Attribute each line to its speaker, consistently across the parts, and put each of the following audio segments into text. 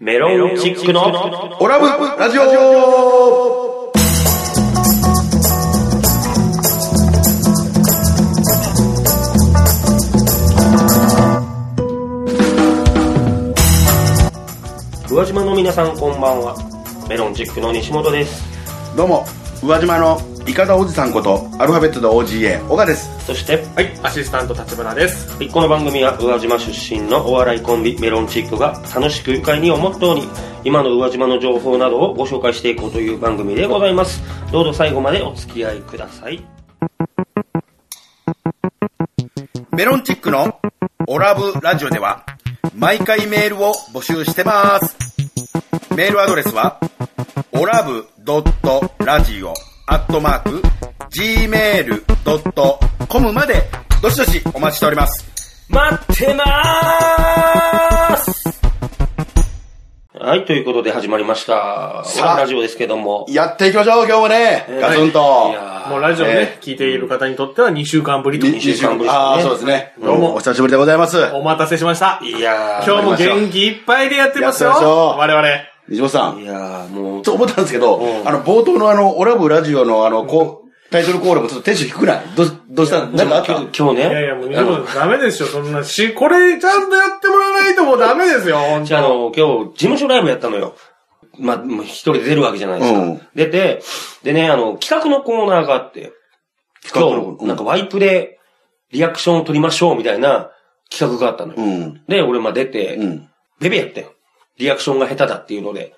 Speaker 1: メロンチックの
Speaker 2: オラブラジオ
Speaker 1: 宇和島の皆さんこんばんはメロンチックの西本です
Speaker 2: どうも宇和島のイカダおじさんことアルファベットで OGA 小川です
Speaker 1: そして
Speaker 3: はい、アシスタント立花です。
Speaker 1: この番組は宇和島出身のお笑いコンビメロンチックが楽しく愉快にをモットーに今の宇和島の情報などをご紹介していこうという番組でございますどうぞ最後までお付き合いください
Speaker 2: メロンチックのオラブラジオでは毎回メールを募集してますメールアドレスはオラブドットラジオアットマーク gmail.com までどしどしお待ちしております
Speaker 1: 待ってまーすはい、ということで始まりました。
Speaker 2: さあ
Speaker 1: ラジオですけども。
Speaker 2: やっていきましょう今日もねガツンと
Speaker 1: いやー
Speaker 3: もうラジオね、
Speaker 2: え
Speaker 3: 聞いている方にとっては2週間ぶりと。
Speaker 1: 二週間ぶりですね
Speaker 2: ああそうですねどう
Speaker 3: どう
Speaker 2: も
Speaker 3: も
Speaker 2: お久しぶりでございます
Speaker 3: お待たせしました。
Speaker 1: いやー
Speaker 3: 今日も元気いっぱいでやってますよ。
Speaker 2: やってみましょう
Speaker 3: 我々。
Speaker 2: 西本さん
Speaker 1: いやーもう、
Speaker 2: と思ったんですけど、
Speaker 1: うん
Speaker 2: あの、冒頭のあの、オラブラジオのあの、こう、タイトルコールもちょっとテンション低くないど、どうしたなんかあっ
Speaker 1: 今
Speaker 2: た
Speaker 1: 日今日ね。
Speaker 3: いやいや、もう、ダメですよ、そんな。し、これ、ちゃんとやってもらわないともうダメですよ、ほ ん
Speaker 1: じゃあ、あの、今日、事務所ライブやったのよ。まあ、もう一人で出るわけじゃないですか。
Speaker 2: うん
Speaker 1: 出て、でね、あの、企画のコーナーがあって、
Speaker 2: 企画のコ
Speaker 1: 今日、
Speaker 2: ーナー
Speaker 1: なんかワイプでリアクションを取りましょうみたいな企画があったのよ。
Speaker 2: うん。
Speaker 1: で、俺、まあ出て、
Speaker 2: うん。
Speaker 1: ベベやってんリアクションが下手だっていうの で。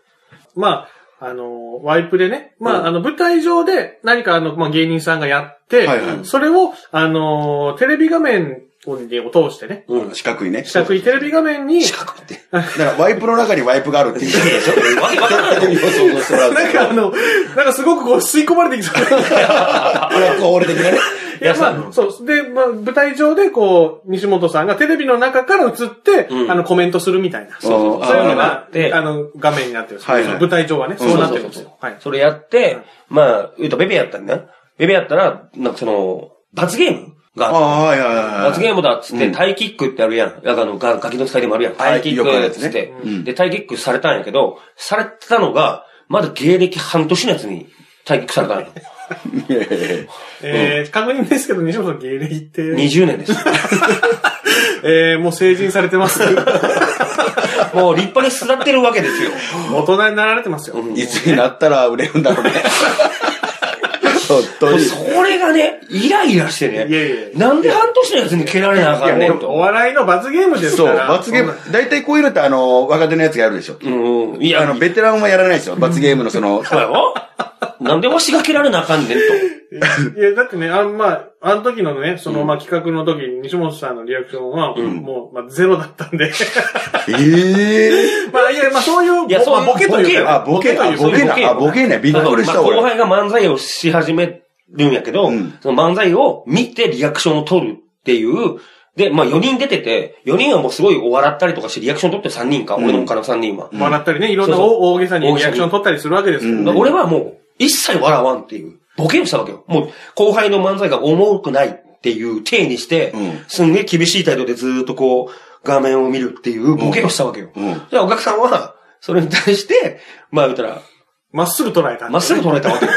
Speaker 3: まあ、あの、ワイプでね、ま
Speaker 1: うん
Speaker 3: あ、あの、舞台上で何かあの、まあ、芸人さんがやって
Speaker 2: はいはい、
Speaker 3: それを、あの、テレビ画面を通してね、
Speaker 1: うん。
Speaker 2: 四角いね。
Speaker 3: 四角いテレビ画面に、
Speaker 1: 近くって。
Speaker 2: だから、ワイプの中にワイプがあるっていう。
Speaker 1: いやいや、ちょっと、わけわからない。
Speaker 2: 予想してもら う
Speaker 3: なんかあの、なんかすごくこう吸い込まれてきそう。
Speaker 2: あれはこう俺的なね。
Speaker 3: いや、
Speaker 1: いや
Speaker 3: まあ、そう。で、まあ、舞台上で、こう、西本さんがテレビの中から映って、
Speaker 1: うん
Speaker 3: あの、コメントするみたいな。そう
Speaker 2: そう
Speaker 1: そう
Speaker 3: いうの
Speaker 1: あ
Speaker 3: が
Speaker 1: ーで、
Speaker 3: あの、画面になってるんですよ
Speaker 2: はいはい
Speaker 3: その舞台上はね、そうなってるんですよ。はい。
Speaker 1: それやって、まあ、言うとベベやったんだな。ベベやったら、なんかその、罰ゲームがあ
Speaker 2: あ
Speaker 1: って
Speaker 2: あ、はいはいはい。
Speaker 1: 罰ゲームだっつっ
Speaker 2: う
Speaker 1: て、
Speaker 2: ん
Speaker 1: タイキックってあるやん。なんかあの、ガガキの使いでもあるやん。タイキッ
Speaker 2: よくある
Speaker 1: クっ
Speaker 2: やつ
Speaker 1: つ
Speaker 2: ね
Speaker 1: って
Speaker 2: う。ん
Speaker 1: で、タイキックされたんやけど、されてたのが、まだ芸歴半年のやつにタイキックされたんや。
Speaker 2: いやいやいや
Speaker 3: えー、確認ですけど、西本さん芸歴って、
Speaker 1: 20年 です。
Speaker 3: えー、もう成人されてます。
Speaker 1: もう立派に巣立ってるわけですよ。
Speaker 3: 大人になられてますよ。
Speaker 2: いつになったら売れるんだろうね。ちょっとに。
Speaker 1: それがね、イライラして
Speaker 3: いやいや
Speaker 1: ね
Speaker 3: い。や
Speaker 1: なんで半年のやつに蹴られなあかんねん
Speaker 3: お
Speaker 1: と。
Speaker 3: 笑いの罰ゲームです
Speaker 2: そ
Speaker 3: か
Speaker 2: う、
Speaker 3: ら。
Speaker 2: 罰ゲー
Speaker 3: ム。
Speaker 2: ム。大体こういうのってあの、若手のやつがやるでしょ。
Speaker 1: うん、い
Speaker 2: あ
Speaker 1: や
Speaker 2: の、、ベテランはやらないですよ。罰ゲームのその、
Speaker 1: そうやろなんでわしが蹴られなあかんねんと。
Speaker 3: いや、だってね、あんまあ、あの時のね、その、まあ、企画の時に西本さんのリアクションは、もう、まあ、ゼロだったんで。
Speaker 2: ええ
Speaker 3: まあ、いや、まあ、そういう、
Speaker 1: いやそういう
Speaker 3: まあボケという
Speaker 1: ボ
Speaker 2: あ、
Speaker 3: か、
Speaker 2: ボケな、ボケな、あ、ボケね。びっくりした
Speaker 1: まあ
Speaker 2: 俺
Speaker 1: 後。輩が漫才をし始めるんやけど、
Speaker 2: うん
Speaker 1: その漫才を見てリアクションを取るっていう、で、まあ4人出てて、4人はもうすごい笑ったりとかしてリアクション取って3人か、俺の他の3人は。
Speaker 3: 笑ったりね、いろんな
Speaker 1: そうそ
Speaker 3: 大大げさに
Speaker 1: 大げ
Speaker 3: リ
Speaker 1: さに
Speaker 3: アクション取ったりするわけですけど、
Speaker 1: だ
Speaker 2: うん
Speaker 1: から俺はもう一切笑わんっていう、ボケをしたわけよ。もう後輩の漫才が重くないっていう体にして、
Speaker 2: うん
Speaker 1: すんげえ厳しい態度でずーっとこう、画面を見るっていうボケをしたわけよ。
Speaker 2: うん
Speaker 1: じゃあお客さんは、それに対して、まあ言ったら、
Speaker 3: まっすぐ捉えた。
Speaker 1: まっすぐ捉えたわけ よ。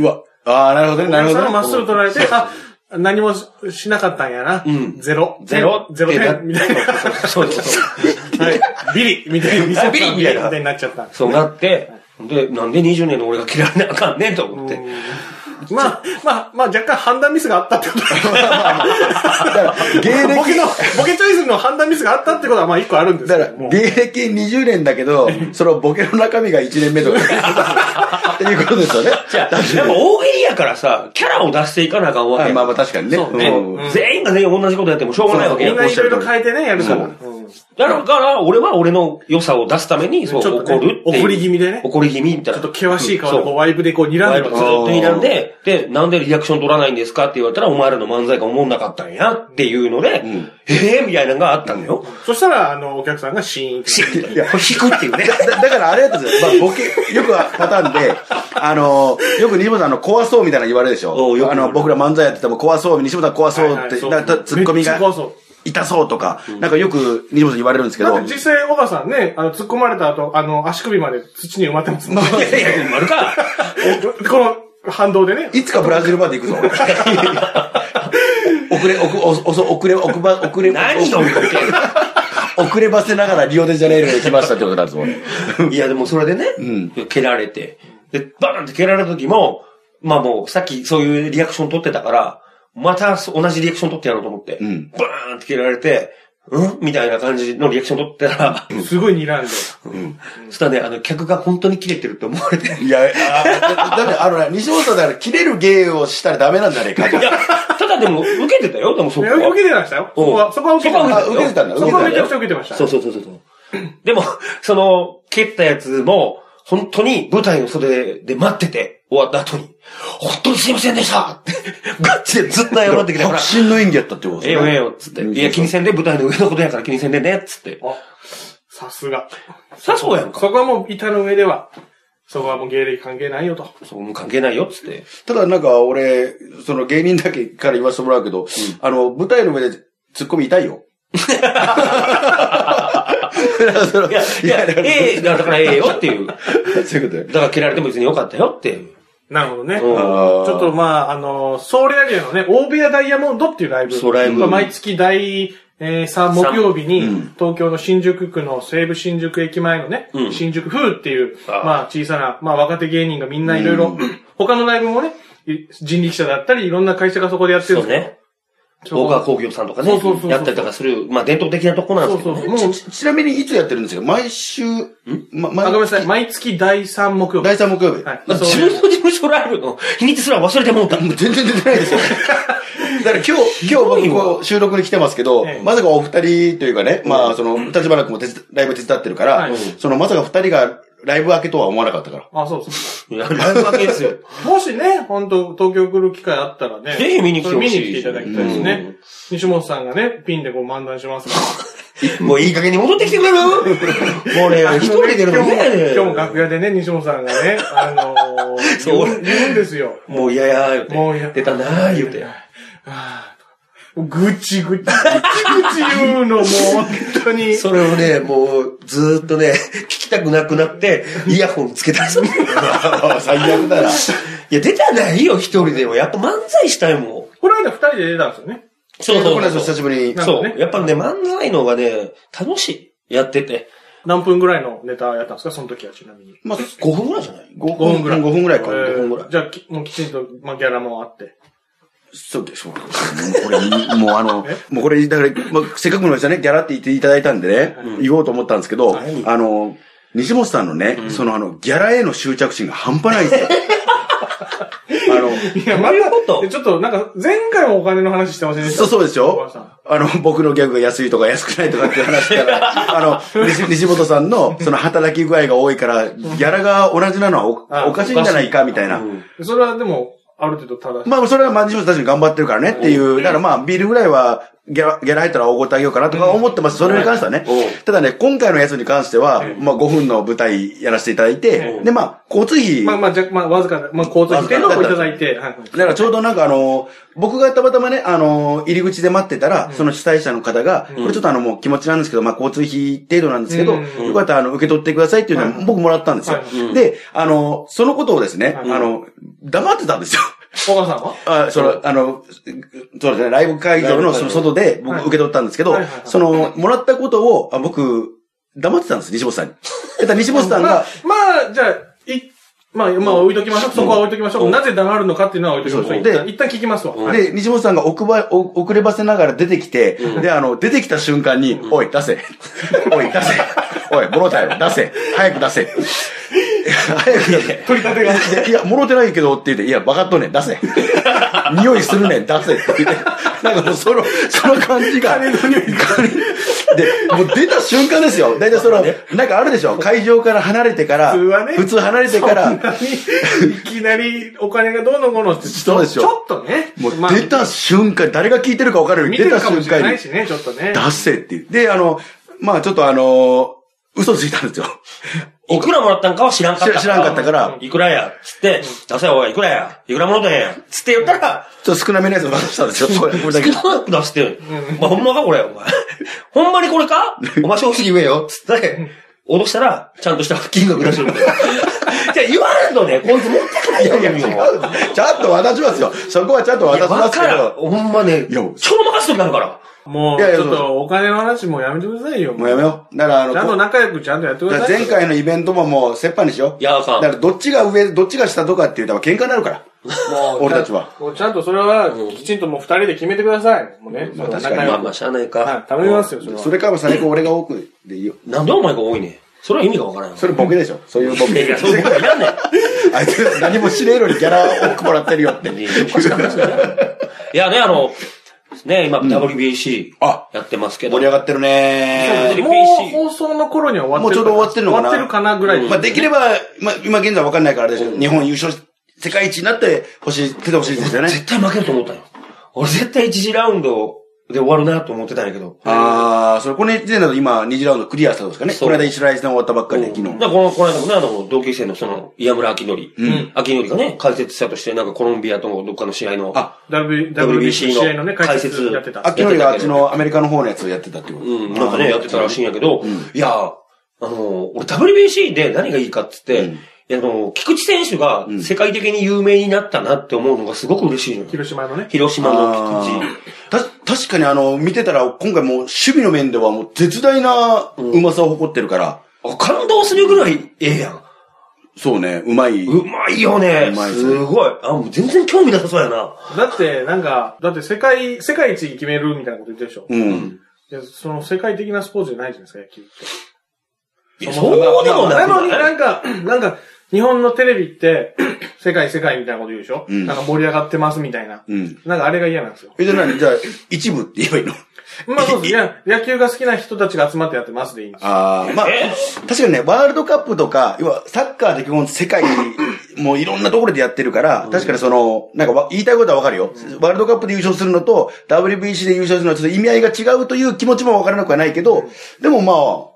Speaker 2: うわ。ああ、なるほどね、なるほ
Speaker 3: お客
Speaker 2: ど
Speaker 3: さんはまっす
Speaker 2: ね。
Speaker 3: ぐ捉えて、あ、何もししなかったんやな。
Speaker 1: うん
Speaker 3: ゼロ。
Speaker 1: ゼロ
Speaker 3: ゼロ
Speaker 1: ってな
Speaker 3: 点みた いな。は
Speaker 1: そうそうそう。
Speaker 3: い。ビリみたいな。見せた
Speaker 1: ビリみたいな
Speaker 3: みたいになっちゃった。
Speaker 1: そうなって、で、なんで20年の俺が嫌いなあかんねんと思って。
Speaker 3: まあ、まあ、まあ、若干判断ミスがあったってこと
Speaker 2: だから、芸
Speaker 3: ボケ
Speaker 2: 歴
Speaker 3: の、ボケチョイスの判断ミスがあったってことは、まあ、一個あるんです
Speaker 2: だ
Speaker 3: け
Speaker 2: か
Speaker 3: ど
Speaker 2: ら、
Speaker 3: も。
Speaker 2: 芸歴20年だけど、そのボケの中身が1年目とか、 っていうことですよね。
Speaker 1: じゃあ、やっぱ大喜利やからさ、キャラを出していかなあかんわけ
Speaker 2: あ
Speaker 1: や。
Speaker 2: まあまあ確かにね。
Speaker 1: そうね
Speaker 2: うん
Speaker 1: 全員が全員同じことやってもしょうがないわけ
Speaker 3: み
Speaker 1: や
Speaker 3: ん。ないろいろ
Speaker 2: おっしゃ
Speaker 3: 変えてね、やるから。うん
Speaker 1: だから、俺は俺の良さを出すために、そう、
Speaker 3: ちょっとね
Speaker 1: 怒るっていう。
Speaker 3: 怒り気味でね
Speaker 1: 怒り気味みたい
Speaker 3: ちょ
Speaker 1: な。
Speaker 3: っと険しい顔で、
Speaker 1: そ
Speaker 3: こ
Speaker 1: う
Speaker 3: う、ワイプでこう、睨んで
Speaker 1: ワ
Speaker 3: た
Speaker 1: イ
Speaker 3: り
Speaker 1: プ
Speaker 3: と
Speaker 1: ず
Speaker 3: か
Speaker 1: っと睨んで、で、なんでリアクション取らないんですかって言われたら、お前らの漫才が思んなかったんやっていうので、ええみたいなのがあったんだよ。
Speaker 3: そしたら、あの、お客さんがシーンって。
Speaker 1: いや、これ引くっていうね。
Speaker 2: だだからあれやったんですよ。まあボケ、よくはパターンで、あの、よく西本さんあの怖そうみたいなの言われるでし
Speaker 1: おうよ
Speaker 2: ょ。
Speaker 1: く
Speaker 2: あの、僕ら漫才やってても怖そう、西本さん怖そ
Speaker 3: は
Speaker 2: うっ
Speaker 3: いは
Speaker 2: て、
Speaker 3: いそう
Speaker 2: だからツッコミ
Speaker 3: めっちゃ
Speaker 2: が。
Speaker 3: 怖そう
Speaker 2: 痛そうとか、なんかよく西本さん言われるんですけ
Speaker 3: だ
Speaker 2: ど
Speaker 3: っ、て実際、小川さんね、あの、突っ込まれた後、あの、足首まで土に埋まってますもん。
Speaker 2: まあい やいや
Speaker 1: 埋まるか
Speaker 3: この反動でね。
Speaker 2: いつかブラジルまで行くぞ。 遅れ、遅遅遅れ、遅ば、遅れ、
Speaker 1: 何を見てる
Speaker 2: 遅ればせながらリオデジャネイロに来ましたってことなんですもんね。
Speaker 1: いや、でもそれでね、蹴られて、で、バーンって蹴られた時も、まあもう、さっきそういうリアクション取ってたから、またそ同じリアクション取ってやろうと思って、
Speaker 2: ん
Speaker 1: バーンって蹴られて、うんみたいな感じのリアクション取ってたら、
Speaker 3: すごい睨んで。
Speaker 1: そしたらね、あの、客が本当に切れてると思われて、
Speaker 2: いや、あだだってあのね、西本さんだから切れる芸をしたらダメなんじゃねえか
Speaker 1: いや、ただでも、受けてたよ、でもそ
Speaker 3: い
Speaker 1: こ
Speaker 3: や
Speaker 1: は。
Speaker 3: 受けてましたよ。そこは、そこは受けてました
Speaker 2: あ受けてたんだ
Speaker 3: そこは
Speaker 2: 受
Speaker 3: めち
Speaker 2: けて
Speaker 3: ゃ
Speaker 2: た
Speaker 3: くちゃ受けてました。
Speaker 1: そうそうそうそう。でも、その、蹴ったやつも、本当に舞台の袖で待ってて、終わった後に、本当にすいませんでしたって、ガッチでずっと謝ってきたから
Speaker 2: 確、信の演技やったってこと
Speaker 1: ええよええよ、つって。いや、気にせんで、舞台の上のことやから気にせんでね、つって。
Speaker 3: あ、さすが。
Speaker 1: さそうやんか。
Speaker 3: そこはもう板の上では、そこはもう芸歴関係ないよと。
Speaker 1: そう、もう関係ないよ、つって。
Speaker 2: ただなんか俺、その芸人だけから言わせてもらうけど、あの、舞台の上でツッコミ痛 いよ。
Speaker 1: いや、いや、ええ、だからええよっていう。だ
Speaker 2: そういうことで。
Speaker 1: から蹴られても別によかったよっていう。
Speaker 3: なるほどね。ち
Speaker 1: うん
Speaker 2: あー
Speaker 3: ょっとまあ、あの、ソウルアリアのね、大部屋ダイヤモンドっていうライブ。
Speaker 1: そうライブ
Speaker 3: まあ毎月第、えー、3木曜日に、東京の新宿区の西武新宿駅前のね、
Speaker 1: うん
Speaker 3: 新宿風っていう、
Speaker 1: あー
Speaker 3: まあ小さな、まあ若手芸人がみんないろいろ、他のライブもね、い人力車だったり、いろんな会社がそこでやってるん
Speaker 1: そ
Speaker 3: で
Speaker 1: う
Speaker 3: すけど
Speaker 1: ね。大川工業さんとかね
Speaker 3: そうそうそうそ、う
Speaker 1: やったりとかする、まあ伝統的なとこなんですけどね。
Speaker 3: そうそう。もう、
Speaker 2: ちちなみにいつやってるんですか毎週、ま、
Speaker 3: あ、
Speaker 2: 毎
Speaker 3: ごめんなさい。毎月第3木曜日。
Speaker 2: 第3木曜日。
Speaker 3: はい。
Speaker 1: 自
Speaker 3: そう
Speaker 1: 分の事務所ライブの日にちすら忘れてもうた。
Speaker 2: もう全然出てな いですよ。だから今日、今
Speaker 1: ごい
Speaker 2: 日僕
Speaker 1: わ
Speaker 2: こう収録に来てますけど
Speaker 3: ええ、
Speaker 2: まさかお二人というかね、まあその、立花君も手伝ライブ手伝ってるか
Speaker 3: は
Speaker 2: ら
Speaker 3: い、
Speaker 2: そのまさか二人がライブ明けとは思わなかったから。
Speaker 3: あ、そうそう。
Speaker 1: やるわけですよ。
Speaker 3: もしね、本当東京来る機会あったらね。
Speaker 1: ぜひ見に来てほしい
Speaker 3: それ見に来ていただきたいですね。西本さんがね、ピンでこう漫談しますから。
Speaker 1: もういい加減に戻ってきて くれるもうね、一人で出るの嫌やね
Speaker 3: 今日も楽屋でね、西本さんがね、あの ー、
Speaker 1: そう
Speaker 3: 言うん言うんですよ。
Speaker 1: もう嫌や、言うて。
Speaker 3: もう嫌
Speaker 1: 出たなー、言うて。
Speaker 3: ぐちぐち、ぐちぐち言うの、もう本当に。
Speaker 1: それをね、もう、ずーっとね、聞きたくなくなって、イヤホンつけたりする。
Speaker 2: 最悪だ
Speaker 1: い
Speaker 2: な。
Speaker 1: や、出たないよ、一人でも。やっぱ漫才したいもん。
Speaker 3: この間二人で出たんですよね。
Speaker 1: そう
Speaker 2: これ
Speaker 1: そうそ
Speaker 2: 久
Speaker 1: う。
Speaker 2: しぶりに。
Speaker 3: なんか
Speaker 1: そう
Speaker 3: ね。
Speaker 1: やっぱね、漫才の方がね、楽しい。やってて。
Speaker 3: 何分ぐらいのネタやったんですかその時はちなみに。
Speaker 2: まあ、
Speaker 1: 5分ぐらいじゃない
Speaker 2: 5
Speaker 3: 5分ぐらい。
Speaker 2: 5分ぐらいか。
Speaker 3: えー
Speaker 2: 5分ぐらい。
Speaker 3: じゃあ、きもうきちんと、まあ、ギャラもあって。
Speaker 2: そうでしょ。もうこれ、もうあ の、もうこれ、だから、まあ、せっかくの人ね、ギャラって言っていただいたんでね、言おうと思ったんですけど、
Speaker 1: はい
Speaker 2: あの、西本さんのね、そのあの、ギャラへの執着心が半端ないん ですよ。あの、
Speaker 3: いや、
Speaker 1: どういうこと
Speaker 3: またちょっと、なんか、前回もお金の話してませんでし
Speaker 2: そ
Speaker 3: た
Speaker 2: うそうでし
Speaker 3: 小
Speaker 2: ょ
Speaker 3: 林さん
Speaker 2: あの、僕のギャグが安いとか安くないとかっていう話 から、あの、西西本さんの、その働き具合が多いから、ギャラが同じなのは
Speaker 3: あ
Speaker 2: おおかしいんじゃないか、みたいな。
Speaker 3: それはでも、ある程度正しい。
Speaker 2: まあ、それはまあ、西本たちに頑張ってるからねっていう、だからまあ、ビールぐらいは、ギャラ、ギャラ入ったらおごってあげようかなとか思ってます。それに関してはね
Speaker 1: おう。
Speaker 2: ただね、今回のやつに関しては、まあ、5分の舞台やらせていただいて
Speaker 1: お、う
Speaker 2: で、まあ、交通費、
Speaker 3: まあまあ、じゃ、まあ、わずかな、まあ、交通費っていうのをいただいて、はい。
Speaker 2: だからちょうどなんかあの、僕がたまたまね、あの、入り口で待ってたら、その主催者の方が、これちょっとあの、もう気持ちなんですけど、まあ、交通費程度なんですけど、
Speaker 3: うん
Speaker 2: よかったらあの、受け取ってくださいっていうのを僕もらったんですよ
Speaker 3: は。
Speaker 2: で、あの、そのことをですね、あ
Speaker 3: うん
Speaker 2: の、黙ってたんですよ。
Speaker 3: 小川さんは
Speaker 2: あその、あの、そうですね、ライブ会場のその外で僕
Speaker 3: はい
Speaker 2: 受け取ったんですけど
Speaker 3: はいはいはい、
Speaker 2: その、もらったことを、あ僕、黙ってたんです、西本さんに。だから西本さん
Speaker 3: ま
Speaker 2: が
Speaker 3: あ、、まあ、じゃあ、い、まあ、まあ、置いときましょう。そこは置いときましょう。なぜ黙るのかっていうのは置いときましょう。
Speaker 2: そう
Speaker 3: 一
Speaker 2: そう
Speaker 3: 旦一旦聞きますわ。はい
Speaker 2: で、西本さんが遅ばお遅ればせながら出てきて、で、あの、出てきた瞬間に、おい、出せ。 おい、出せ。おい、もろたよ。出せ。早く出せ。早く出せ。
Speaker 3: 取り立てが。
Speaker 2: いや、いや、もろてないけどって言って、いや、バカっとんねん、出 せ。匂いするねん、出せって言って、なんかもうその、その感じが。で、もう出た瞬間ですよ。だいたいその、なんかあるでしょ会場から離れてから、
Speaker 3: 普通はね
Speaker 2: 普通離れてから、
Speaker 3: いきなりお金がどうのこうのって、
Speaker 2: そうでしょ
Speaker 3: ちょっとね。
Speaker 2: もう
Speaker 3: まあ
Speaker 2: 出た瞬間、誰が聞いてるか分かるよう
Speaker 3: 見て
Speaker 2: に、出
Speaker 3: る
Speaker 2: た
Speaker 3: かも
Speaker 2: 瞬
Speaker 3: しれ
Speaker 2: 間
Speaker 3: な
Speaker 2: に
Speaker 3: い、しね、ちょっとね。
Speaker 2: 出せっていう。で、あの、まあちょっとあの、嘘ついたんですよ。
Speaker 1: いくらもらったんかは知らんかった。
Speaker 2: 知らんかったから、
Speaker 1: いくらや、つって、出せよ、おい、いくらや、いくらもろてへん、つって言ったら、
Speaker 2: ちょっと少なめのやつ渡したん ですよ。これこれだけ。
Speaker 1: 少なく出してる。まあ、ほんまか、これ、お前。 ほんまにこれかお前正直言えよ。つって、脅したら、ちゃんとした金額出してるんだよ。 じゃあ言わんとね、こいつ持ってくない
Speaker 2: い
Speaker 1: よ、
Speaker 2: やいや、違う。ちゃんと渡しますよ。そこはちゃんと渡しま
Speaker 1: わ
Speaker 2: す
Speaker 1: か
Speaker 2: け
Speaker 1: らん。
Speaker 2: ど。
Speaker 1: ほんまね、
Speaker 2: いや
Speaker 1: 今日の任すときなるから。
Speaker 3: もう、
Speaker 2: い
Speaker 3: ち
Speaker 2: やいや
Speaker 3: ょっとお金の話もうやめてくださいよ。
Speaker 2: もうやめよう。だからあの、
Speaker 3: ちゃんと
Speaker 2: こ
Speaker 3: 仲良くちゃんとやってく
Speaker 2: だ
Speaker 3: だ
Speaker 2: から
Speaker 3: さい。
Speaker 2: 前回のイベントももう折半にしよう。
Speaker 1: いやあかん
Speaker 2: だからどっちが上、どっちが下とかって言ったら喧嘩になるから。
Speaker 3: もう
Speaker 2: 俺たちは。
Speaker 3: もうちゃんとそれは、きちんともう二人で決めてください。もうね、
Speaker 2: まあ
Speaker 3: その
Speaker 2: 確かに
Speaker 3: 仲
Speaker 1: ま
Speaker 3: 良
Speaker 1: あ
Speaker 3: く
Speaker 1: まあ、しゃあない
Speaker 3: はい
Speaker 1: か。、
Speaker 3: 頼みますよ、それは。
Speaker 2: それからも最後俺が多くでいいよ。
Speaker 1: なんでお前が多いねそれは意味がわからんよ。
Speaker 2: それボケでしょ。そういうボ
Speaker 1: いやい
Speaker 2: ケ
Speaker 1: や、。そういうこといらんねん。
Speaker 2: あいつ何もしねえのにギャラ多くもらってるよって。
Speaker 1: おかしな話だよいやね、あの、ね、今 WBC
Speaker 2: あ
Speaker 1: やってますけど
Speaker 2: 盛り、上がってるね
Speaker 1: ー
Speaker 3: もう放送の頃には終
Speaker 2: も
Speaker 3: わって
Speaker 2: うちょう
Speaker 3: る
Speaker 2: ど終わってるのか
Speaker 3: 終
Speaker 2: な
Speaker 3: わってるかなぐらい。
Speaker 2: まあできれば、まあ今現在は分かんないからあれですけど、日本優勝し、世界一になってほしい、出てほしいですよね。
Speaker 1: 絶対負けると思ったよ。俺絶対1次ラウンドで終わるなと思ってたんやけど。
Speaker 2: ああ、それ、この時点だと今、二次ラウンドクリアしたんですかね。
Speaker 1: そ
Speaker 2: こ
Speaker 1: う
Speaker 2: の間一ライ戦終わったばっかりで、昨
Speaker 1: だ
Speaker 2: 日。
Speaker 1: からこの、この間もね、あの、同級生のその、岩村明則。
Speaker 2: ん
Speaker 1: 明則がね、解説者として、なんかコロンビアとのどっかの試合の、
Speaker 2: あ
Speaker 3: W-
Speaker 1: WBC
Speaker 3: WBC
Speaker 1: の
Speaker 3: の試合のね、解説
Speaker 1: 解説
Speaker 3: やってた。
Speaker 2: あ、昨日があっちのアメリカの方のやつをやってたってこと。
Speaker 1: うん、なんかね、やってたらしいんやけど、いや、あの、俺 WBC で何がいいかっつって、
Speaker 2: うん
Speaker 1: いやあの、菊池選手が世界的に有名になったなって思うのがすごく嬉しいのよ。
Speaker 3: 広島のね。
Speaker 1: 広島の
Speaker 2: あ
Speaker 1: 菊池。
Speaker 2: ーた、確かにあの、見てたら、今回もう守備の面ではもう絶大なうまさを誇ってるから、
Speaker 1: あ感動するぐらいええやん。
Speaker 2: そうね、うまい。
Speaker 1: うまいよね。
Speaker 2: うまいです
Speaker 1: す
Speaker 2: ね
Speaker 1: ごい。あ、もう全然興味なさそうやな。
Speaker 3: だって、なんか、だって世界、世界一決めるみたいなこと言ってるでしょ。
Speaker 2: うん。
Speaker 3: いやその世界的なスポーツじゃないじゃないですか、野球って。
Speaker 1: いやそうでもな
Speaker 3: ないのになんか、なんか、日本のテレビって、 世界世界みたいなこと言うでしょ、
Speaker 2: ん
Speaker 3: なんか盛り上がってますみたいな。
Speaker 2: うん。
Speaker 3: なんかあれが嫌なんですよ。
Speaker 2: え、じゃあ何じゃあ、一部って言えばいいの
Speaker 3: まあそうです。いや、野球が好きな人たちが集まってやってますでいいんですよ。
Speaker 2: ああ、まあ、確かにね、ワールドカップとか、要はサッカーで基本世界に、もういろんなところでやってるから、確かにその、なんかわ言いたいことはわかるよ。ワールドカップで優勝するのと、WBC で優勝するのはちょっと意味合いが違うという気持ちもわからなくはないけど、でもまあ、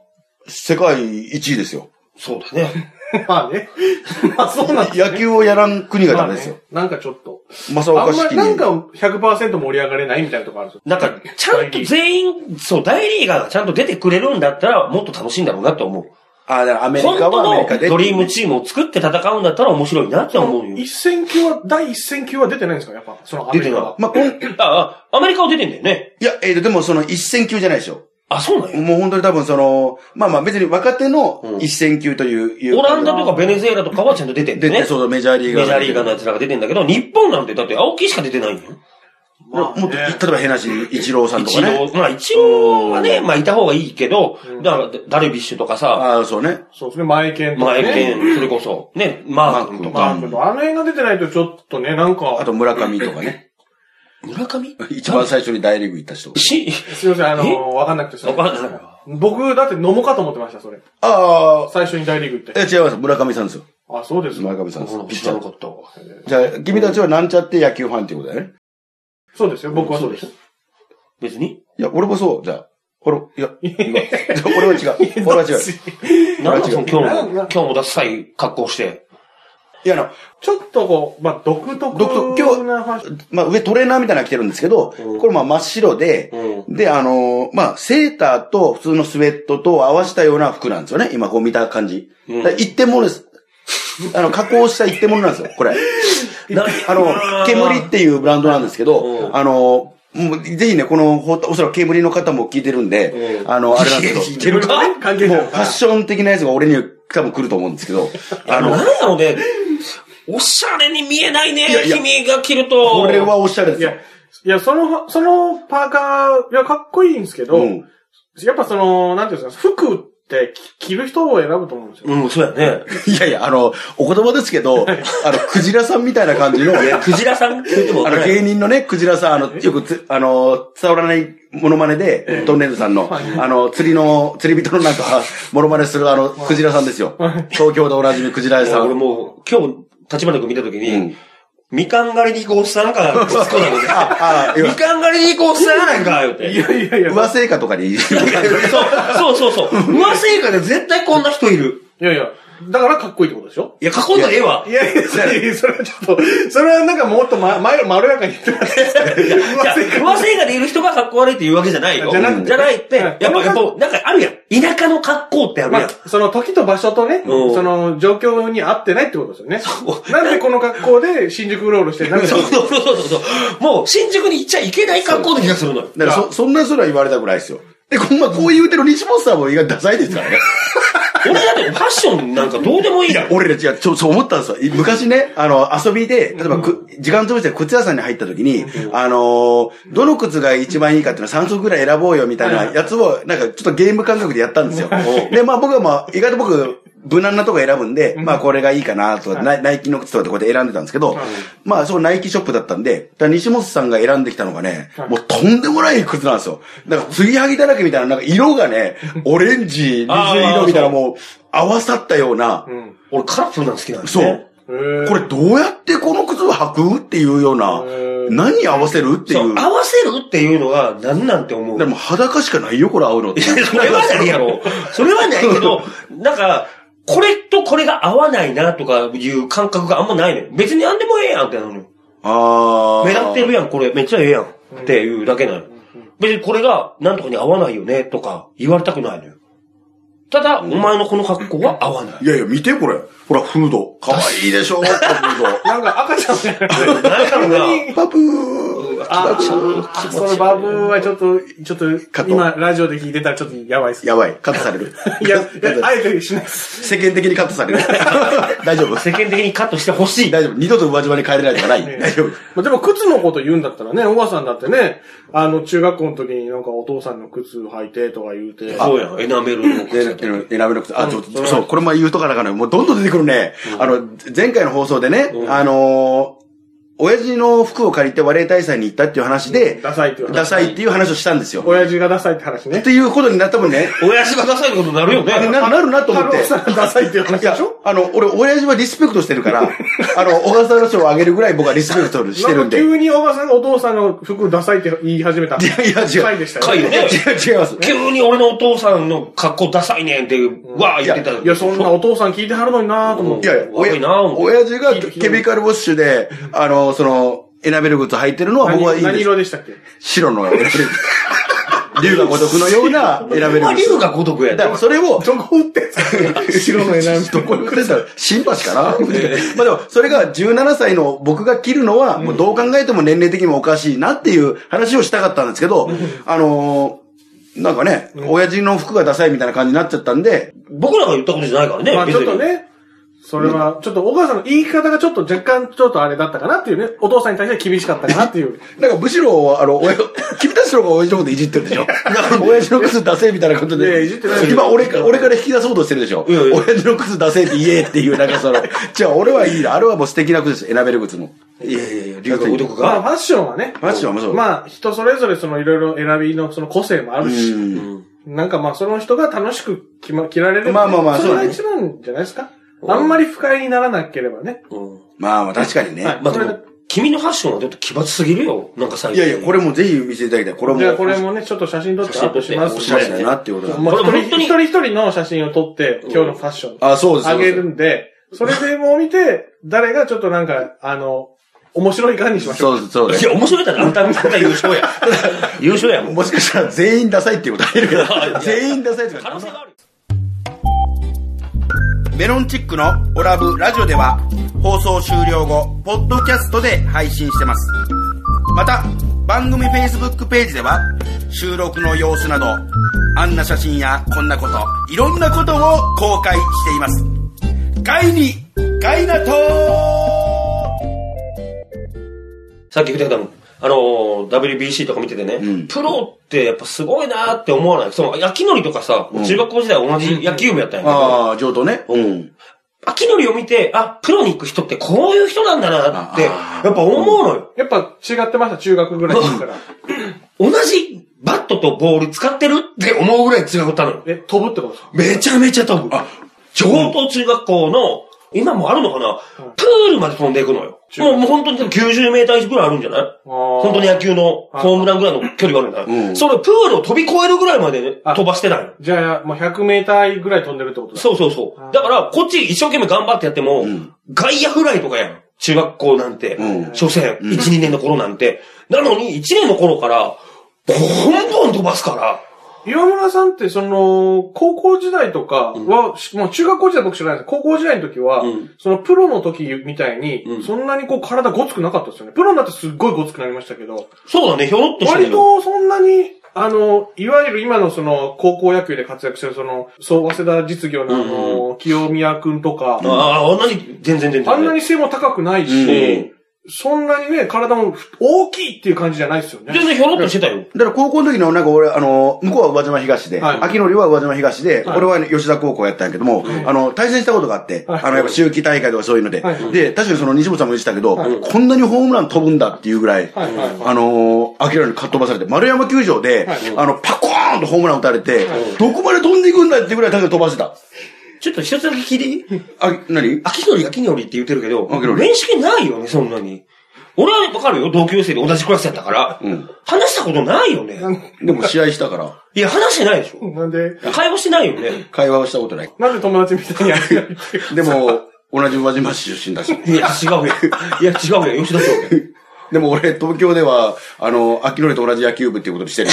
Speaker 2: 世界一位ですよ。
Speaker 1: そうだね。
Speaker 3: まあね。 まあそうなんです
Speaker 2: 野球をやらん国が
Speaker 3: ま
Speaker 2: ダ
Speaker 3: あ
Speaker 2: メ
Speaker 3: ね
Speaker 2: ですよ。
Speaker 3: なんかちょっと。
Speaker 2: 正岡
Speaker 3: あんま
Speaker 2: 式
Speaker 3: り
Speaker 2: に。
Speaker 3: なんか100%盛り上がれないみたいなとこあるんですよ。
Speaker 1: なんか、ちゃんと全員、そう、大リーガーがちゃんと出てくれるんだったら、もっと楽しいんだろうなって思う。
Speaker 2: ああ、だからアメリ
Speaker 1: 本
Speaker 2: カ
Speaker 1: 当
Speaker 2: はアメリカで。
Speaker 1: のドリームチームを作って戦うんだったら面白いなって思うよ
Speaker 3: 一。戦級は、第一戦級は出てないんですかやっぱ、そのアメ
Speaker 1: 出て
Speaker 3: リカ
Speaker 1: な
Speaker 3: は。
Speaker 1: い。まあ、こん、あ、あアメリカは出てんだよね。
Speaker 2: いや、えっ、と、でもその一戦級じゃないでしょ。
Speaker 1: あ、そうなんや。
Speaker 2: もう本当に多分その、まあまあ別に若手の一戦級という。いう
Speaker 1: オランダとかベネズエラとかはちゃんと出てんだ
Speaker 2: で、
Speaker 1: よね。
Speaker 2: そうそう、メジャーリーガー。
Speaker 1: メジャーリーガーのやつらが出てんだけど、日本なんてだって青木しか出てないんよ。
Speaker 3: まあ
Speaker 2: もっと、例えば、ヘナシ一郎さんと
Speaker 1: 一
Speaker 2: かね。
Speaker 1: 応、まあ一応はね、まあいた方がいいけど、だからダルビッシュとかさ、
Speaker 2: ああ、そうね。
Speaker 3: そうですね、前剣と
Speaker 1: ま
Speaker 3: か、
Speaker 1: あ
Speaker 3: ね。
Speaker 1: エルケン、それこそ、ね、マー君と
Speaker 2: マ
Speaker 1: か、
Speaker 3: あの辺が出てないとちょっとね、なん
Speaker 2: あ
Speaker 3: か、
Speaker 2: と、村上とかね。
Speaker 1: 村上
Speaker 2: 一番最初に大リーグ行った人。
Speaker 1: し、
Speaker 3: すいません、あの、わかんなくてそれ
Speaker 1: わかんないわ。
Speaker 3: 僕、だって飲もうかと思ってました、それ。
Speaker 2: ああ、
Speaker 3: 最初に大リーグって。
Speaker 2: え、違います。村上さんですよ。
Speaker 3: あ、そうですか
Speaker 2: 村上さんです。ピッ
Speaker 1: 知
Speaker 2: チ
Speaker 1: ら
Speaker 2: ャ
Speaker 1: な
Speaker 2: ー。
Speaker 1: かったわ。
Speaker 2: じゃあ、君たちはなんちゃって野球ファンっていうことだよね。
Speaker 3: そうですよ、僕はそうです。
Speaker 1: 別に
Speaker 2: いや、俺もそう、じゃあ。俺、いや、今俺は違う。俺は 違う。
Speaker 1: なんだその今日も、
Speaker 3: な
Speaker 1: 今
Speaker 3: ん
Speaker 1: 日もダッサい格好して。
Speaker 2: いや、あの、
Speaker 3: ちょっとこう、まあ、独特
Speaker 2: 独特今日
Speaker 3: な話。
Speaker 2: まあ、上トレーナーみたいなの着てるんですけど、
Speaker 1: うん
Speaker 2: これまあ真っ白で、
Speaker 1: う
Speaker 2: で、あのーまあ、セーターと普通のスウェットと合わせたような服なんですよね。今こう見た感じ。
Speaker 1: うん
Speaker 2: だから一点物です。あの、加工した一点物なんですよ、これ。
Speaker 1: な
Speaker 2: あの、煙っていうブランドなんですけ
Speaker 1: う
Speaker 2: ど、
Speaker 1: ん
Speaker 2: あのーもうぜひね、この、ほおそらく煙の方も聞いてるんで、
Speaker 1: うん
Speaker 2: あの、あれなんです
Speaker 1: 聞い
Speaker 2: け
Speaker 1: てるか
Speaker 3: いろいろね関係
Speaker 2: ど、
Speaker 3: 者
Speaker 2: も
Speaker 3: だ
Speaker 2: うフ
Speaker 3: か
Speaker 2: ァッ
Speaker 3: ら
Speaker 2: ション的なやつが俺に多分来ると思うんですけど、あ
Speaker 1: あの、
Speaker 2: の、
Speaker 1: なんやろうね、おしゃれに見えないね、
Speaker 2: いやいや
Speaker 1: 君が着ると。
Speaker 2: これはおしゃれで
Speaker 3: い
Speaker 2: すよ
Speaker 3: や。、いや、その、そのパーカー、いや、かっこいいんですけど、
Speaker 2: うん
Speaker 3: やっぱその、なんていうんですか、服って着着る人を選ぶと思うんですよ。
Speaker 1: うん、そうやね。
Speaker 2: いやいや、あの、お言葉ですけど、あの、クジラさんみたいな感じの、
Speaker 1: いや、クジラさんって言っても
Speaker 2: あ
Speaker 1: 分か
Speaker 2: の、
Speaker 1: らない
Speaker 2: 芸人のね、クジラさん、あの、よくつ、あの、伝わらないモノマネで、トンネルズさんの、あの、釣りの、釣り人のなんか、モノマネするあの、クジラさんですよ。東京でおなじみクジラさ
Speaker 1: 俺
Speaker 2: ん。
Speaker 1: もう、今日、立花君見たときに、
Speaker 2: うん
Speaker 1: みかん狩りに行こうしたなんか、つっこなんですよ
Speaker 2: ああい
Speaker 1: み
Speaker 2: や
Speaker 1: かん狩りに行こうしたなんか、言うて。
Speaker 3: いやいやいや。
Speaker 2: 和製菓とかでいい。
Speaker 1: そうそう そうそう。上成果で絶対こんな人いる。
Speaker 3: いやいや。だからかっこいいってことでしょ
Speaker 1: いや、囲んだらええわ。
Speaker 3: いやいや、それそれはちょっと、それはなんかもっとま、まろまろやかに言ってもらっていいですか
Speaker 1: いや上成果でいる人が格好悪いって言うわけじゃないよ。
Speaker 3: じゃなくて
Speaker 1: じゃないって、
Speaker 3: うん
Speaker 1: やっぱ、やっぱ、なんかあるやん。田舎の格好ってある
Speaker 3: ま
Speaker 1: やん
Speaker 3: あ。、その時と場所とね、
Speaker 1: うん
Speaker 3: その状況に合ってないってことですよね。
Speaker 1: そう
Speaker 3: なんでこの格好で新宿うろうろしてなんで
Speaker 1: そうそうそうそうそう。もう、新宿に行っちゃいけない格好の気がするのよ。
Speaker 2: だからそ、そんな人は言われたくないですよ。で、こんまこう言うてる西本さんも意外とダサいですからね。
Speaker 1: 俺だってファッションなんかどうでもいい
Speaker 2: い
Speaker 1: や
Speaker 2: や
Speaker 1: ん、。
Speaker 2: 俺ら違う、ちょ、そう思ったんですよ。い昔ね、あの、遊びで、例えばく、時間潰して靴屋さんに入った時に、あのーどの靴が一番いいかっていうのは3足ぐらい選ぼうよみたいなやつを、なんかちょっとゲーム感覚でやったんですよ。で、まあ僕はまあ、意外と僕、無難なとこ選ぶんで、まあこれがいいかなとか、ナイナイキの靴とかでこうやって選んでたんですけど、まあそうナイキショップだったんで、だから西本さんが選んできたのがね、もうとんでもない靴なんですよ。なんか継ぎはぎだらけみたいな、なんか色が ね、オレンジ、水色みたいなもう合わさったような、
Speaker 3: うん。
Speaker 1: 俺カラフルなん好きなんです
Speaker 2: そ
Speaker 1: ね
Speaker 2: う。
Speaker 3: えー
Speaker 2: これどうやってこの靴を履くっていうような
Speaker 3: へ、ー
Speaker 2: 何合わせるって
Speaker 1: そ
Speaker 2: いうう。。
Speaker 1: 合わせるっていうのが何なんて思う。
Speaker 2: でも裸しかないよ、これ合うのって。
Speaker 1: いやそれはないや ろ。それはないけど、なんか、これとこれが合わないなとかいう感覚があんまないのよ。別に何でもええやんってなのよ。
Speaker 2: あー。
Speaker 1: 目立ってるやん、これ。めっちゃええやん。っていうだけなのよ。別にこれが何とかに合わないよねとか言われたくないのよ。ただ、お前のこの格好は合わない。
Speaker 2: いやいや、見てこれ。ほら、フード。かわいいでしょ、このフー
Speaker 3: なんか赤ちゃんみたい な。
Speaker 1: なんやろな。
Speaker 2: ド。パプー。
Speaker 3: あ
Speaker 1: 気持
Speaker 3: あ、
Speaker 1: ち悪
Speaker 3: そ
Speaker 1: い
Speaker 3: のバブはちょっと、ちょっ
Speaker 2: カ
Speaker 3: と、
Speaker 2: ット
Speaker 3: 今、ラジオで聞いてたらちょっとやばいっ す。い
Speaker 2: やばい、カットされ る。
Speaker 3: や、
Speaker 2: カットされ
Speaker 3: い
Speaker 2: る
Speaker 3: やあえてしないっす。
Speaker 2: 世間的にカットされる。大丈夫。
Speaker 1: 世間的にカットしてほしい。
Speaker 2: 大丈夫。二度と宇和島に帰れないとかない。大丈夫。
Speaker 3: まあでも、靴のこと言うんだったらね、おばさんだってね、あの、中学校の時になんかお父さんの靴履いてとか言うて。
Speaker 1: そうやん、エナメルの
Speaker 2: で
Speaker 1: 靴
Speaker 2: 選べなくて、あ、ちょそう、これも言うとかなあかんのよもうどんどん出てくるね。あの、前回の放送でね、あのー、親父の服を借りて割れ大祭に行ったっていう話で、
Speaker 3: ダサいっていう話
Speaker 2: ダサいっていう話をしたんですよ。っ
Speaker 3: 親父がダサいって話ね。
Speaker 2: ていうことになったもんね、
Speaker 1: 親父がダサいことになるよね。
Speaker 2: ななるなと思って。
Speaker 3: 太郎さんダサいっていう話
Speaker 2: いや
Speaker 3: でしょ、
Speaker 2: あの、俺、親父はリスペクトしてるから、あの、小笠原賞をあげるぐらい僕はリスペクトしてるんで。い
Speaker 3: なんか急におばさんがお父さんの服ダサいって言い始めた。
Speaker 2: や、いや、違
Speaker 3: 回
Speaker 2: う。
Speaker 3: でしたよ、
Speaker 1: 回
Speaker 3: ね。
Speaker 1: よね。
Speaker 2: 違う違います。
Speaker 1: 急に俺のお父さんの格好ダサいねんって、わー言ってたら
Speaker 3: いや、そんなお父さん聞いてはるのになぁと思っ
Speaker 2: い
Speaker 3: て。
Speaker 2: やいや、
Speaker 1: 悪いなぁ
Speaker 2: 親父がケミカルウォッシュで、あの、その、エナメル靴履いてるのは僕はい
Speaker 3: 何
Speaker 2: いん
Speaker 3: 何
Speaker 2: です。
Speaker 3: 色でしたっけ
Speaker 2: 白のエナメル靴。竜が如くのようなエナメル
Speaker 1: まあ、
Speaker 2: 靴。
Speaker 1: 竜が如くや
Speaker 2: だか
Speaker 1: で。
Speaker 2: らそれを、
Speaker 3: どこ売ってんすか白のエナメル。
Speaker 2: どこにくれたら、新橋かなまあでも、それが17歳の僕が着るのは、もうどう考えても年齢的にもおかしいなっていう話をしたかったんですけど、あのー、なんかね、親父の服がダサいみたいな感じになっちゃったんで、
Speaker 1: 僕らが言ったことじゃないからね。
Speaker 3: まあ
Speaker 1: 別
Speaker 3: ちょ
Speaker 1: に
Speaker 3: っと。ね、それは、ちょっとお母さんの言い方がちょっと若干ちょっとあれだったかなっていうね、お父さんに対しては厳しかったかなって いう。
Speaker 2: なんかむしろ、あの、親、君たちの方が親父のこといじってるでしょ親父の靴出せみたいなこと
Speaker 3: いや
Speaker 2: で。
Speaker 3: いじってない
Speaker 2: 今、俺か、俺から引き出そうとしてるでしょ
Speaker 1: いやいや
Speaker 2: 親父の靴出せって言えっていう、なんかその、 じゃあ俺はいいな。あれはもう素敵な靴です。エナベル靴の。
Speaker 1: いやいやいや、竜が如く
Speaker 3: まあ
Speaker 1: が。
Speaker 3: ファッションはね、
Speaker 2: ファッションもそう。
Speaker 3: まあ人それぞれそのいろいろ選びのその個性もある
Speaker 2: う
Speaker 3: し、
Speaker 2: ん
Speaker 3: なんかまあその人が楽しく着,、ま、着られる。
Speaker 2: まあまあまあ
Speaker 3: それが
Speaker 2: そうね
Speaker 3: 一番じゃないですか。あんまり不快にならなければね。
Speaker 1: うん
Speaker 2: まあまあ確かにね。
Speaker 3: はい
Speaker 1: まあでも、君のファッションはちょっと奇抜すぎるよ。なんか最
Speaker 2: い
Speaker 1: 近。
Speaker 2: やいや、これもぜひ見せていただきたい。これも。
Speaker 3: じゃあこれもね、ちょっと写真撮ってアップします
Speaker 1: 写真撮って
Speaker 2: おしゃれだなっていうことだ。
Speaker 3: まあ、
Speaker 1: これ
Speaker 3: 一人
Speaker 1: 本当に
Speaker 3: 一人一人の写真を撮って、今日のファッション、
Speaker 2: あ、そうです。
Speaker 3: あ
Speaker 2: そうで
Speaker 3: げ
Speaker 2: す
Speaker 3: るんで、それでもう見て、誰がちょっとなんか、あの、面白い感じにしましょう。
Speaker 2: そうです、そうで
Speaker 1: い
Speaker 2: す。
Speaker 1: や、面白いから、あんた、あんた優勝や。優勝や、もう。
Speaker 2: もしかしたら全員ダサいっていうことあるけど、全員ダサいと
Speaker 1: 可能
Speaker 2: か。
Speaker 1: 性がある。
Speaker 2: メロンチックのオラブラジオでは、放送終了後、ポッドキャストで配信してます。また、番組 Facebook ページでは、収録の様子など、あんな写真やこんなこと、いろんなことを公開しています。ガイに、ガイナトー
Speaker 1: さっき言ってたの、あのー、WBC とか見ててね、
Speaker 2: ん
Speaker 1: プロってやっぱすごいなーって思わない。その、秋のりとかさ、中学校時代同じ野球部やったんやけど、
Speaker 2: あ、上等ね。うん。
Speaker 1: 秋のりを見て、あ、プロに行く人ってこういう人なんだなって、や
Speaker 2: あ
Speaker 1: っぱ思うのよ。
Speaker 3: やっぱ違ってました、中学ぐらいです から。
Speaker 1: 同じバットとボール使ってるって思うぐらい違ったのよ。
Speaker 3: え、飛ぶってことですか
Speaker 1: めちゃめちゃ飛ぶ。上等中学校の今もあるのかな、
Speaker 3: うん
Speaker 1: プールまで飛んでいくのよ。
Speaker 3: 中
Speaker 1: もうもう本当にでも90メーターぐらいあるんじゃない本
Speaker 3: 本
Speaker 1: 当に野球のホームランぐらいの距離があるんだ。
Speaker 2: うん
Speaker 1: それプールを飛び越えるぐらいまでね、
Speaker 3: あ
Speaker 1: 飛ばしてないの。
Speaker 3: じゃあ、もう100メーターぐらい飛んでるってことだ。
Speaker 1: そうそうそう。だから、こっち一生懸命頑張ってやっても、
Speaker 2: うん
Speaker 1: 外野フライとかやん。中学校なんて。
Speaker 2: うん
Speaker 1: 所詮、
Speaker 2: うん
Speaker 1: 1、2年の頃なんて。なのに、1年の頃から、ボンボン飛ばすから。
Speaker 3: 岩村さんって、その、高校時代とかは、しもう中学校時代僕知らないです。高校時代の時は、
Speaker 1: うん
Speaker 3: そのプロの時みたいに、
Speaker 1: うん
Speaker 3: そんなにこう体ごつくなかったですよね。プロになってすっごいごつくなりましたけど、
Speaker 1: そうだね、ひょろっとして
Speaker 3: 割
Speaker 1: るよ。
Speaker 3: とそんなに、あの、いわゆる今のその、高校野球で活躍してるその、そう、早稲田実業のあの、清宮くんとか、
Speaker 1: ああ、あんなに、全然全然。
Speaker 3: あんなに背も高くないし、
Speaker 1: うん
Speaker 3: そんなにね、体もふ大きいっていう感じじゃないですよね。
Speaker 1: 全然ひょろっとしてたよ。
Speaker 2: だから高校の時の、なんか俺、あの、向こうは宇和島東で、
Speaker 3: はい
Speaker 2: 秋のりは宇和島東で、
Speaker 3: はい
Speaker 2: 俺はね吉田高校やったんやけども、あの、対戦したことがあって、
Speaker 3: はい
Speaker 2: あの、やっぱ秋季大会とかそういうので、
Speaker 3: はい
Speaker 2: で、確かにその西本さんも言ってたけど、
Speaker 3: はい
Speaker 2: こんなにホームラン飛ぶんだっていうぐらい、
Speaker 3: はいはいはい
Speaker 2: あのー、明らかにかっ飛ばされて、丸山球場で、
Speaker 3: はい
Speaker 2: あの、パコーンとホームラン打たれて、どこまで飛んでいくんだっていうぐらい確かに飛ばしてた。
Speaker 1: ちょっと一つだけ聞いていい
Speaker 2: あ、何
Speaker 1: 秋のり、秋のりって言ってるけど、
Speaker 2: 秋のり
Speaker 1: 面識ないよね、そんなに。俺はわかるよ、同級生で同じクラスやったから。
Speaker 2: うん
Speaker 1: 話したことないよね。
Speaker 2: でも試合し たから、
Speaker 1: いや、話してないでしょ。
Speaker 3: なんで、
Speaker 1: 会話してないよね。
Speaker 2: 会話をしたことない。
Speaker 3: なんで友達みたいにやるの
Speaker 2: でも、同じ宇和島市出身だし。
Speaker 1: いや、違うよ。いや、違うよ。吉田翔太。
Speaker 2: でも俺、東京では、あの、秋のりと同じ野球部っていうことにしてる。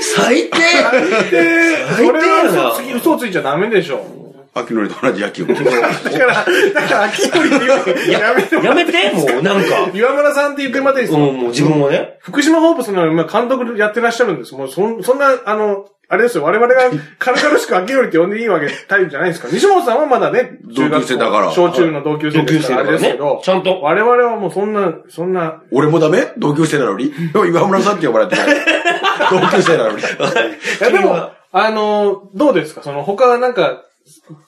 Speaker 1: 最低
Speaker 3: で、そ
Speaker 1: 最低や
Speaker 3: れ
Speaker 1: な
Speaker 3: は嘘つき嘘ついちゃダメでしょ。
Speaker 2: 秋のりと同じ野球部。
Speaker 3: だから、だから、秋鳥って言うやめても
Speaker 1: やめて、もう、なんか。
Speaker 3: 岩村さんって言ってまでに
Speaker 1: うん、もう自分はね。
Speaker 3: 福島ホープスの今監督やってらっしゃるんです。もうそん、そんな、あの、あれですよ、我 々が軽々しく秋鳥って呼んでいいわけ、タイプじゃないですから。西本さんはまだね、中学校
Speaker 2: 同級生だから
Speaker 3: 小中の同級生
Speaker 1: 同
Speaker 3: で
Speaker 1: 級
Speaker 3: す
Speaker 1: 生
Speaker 3: から、あ
Speaker 1: だから
Speaker 3: れですけ
Speaker 1: ね
Speaker 3: ど。。
Speaker 1: ちゃんと。
Speaker 3: 我々はもうそんな、そんな、
Speaker 2: 俺もダメ同級生なのにでも岩村さんって呼ばれてない。同級生なのに。
Speaker 3: いやで
Speaker 1: 君
Speaker 3: も
Speaker 1: は、
Speaker 3: あの、どうですかその他なんか、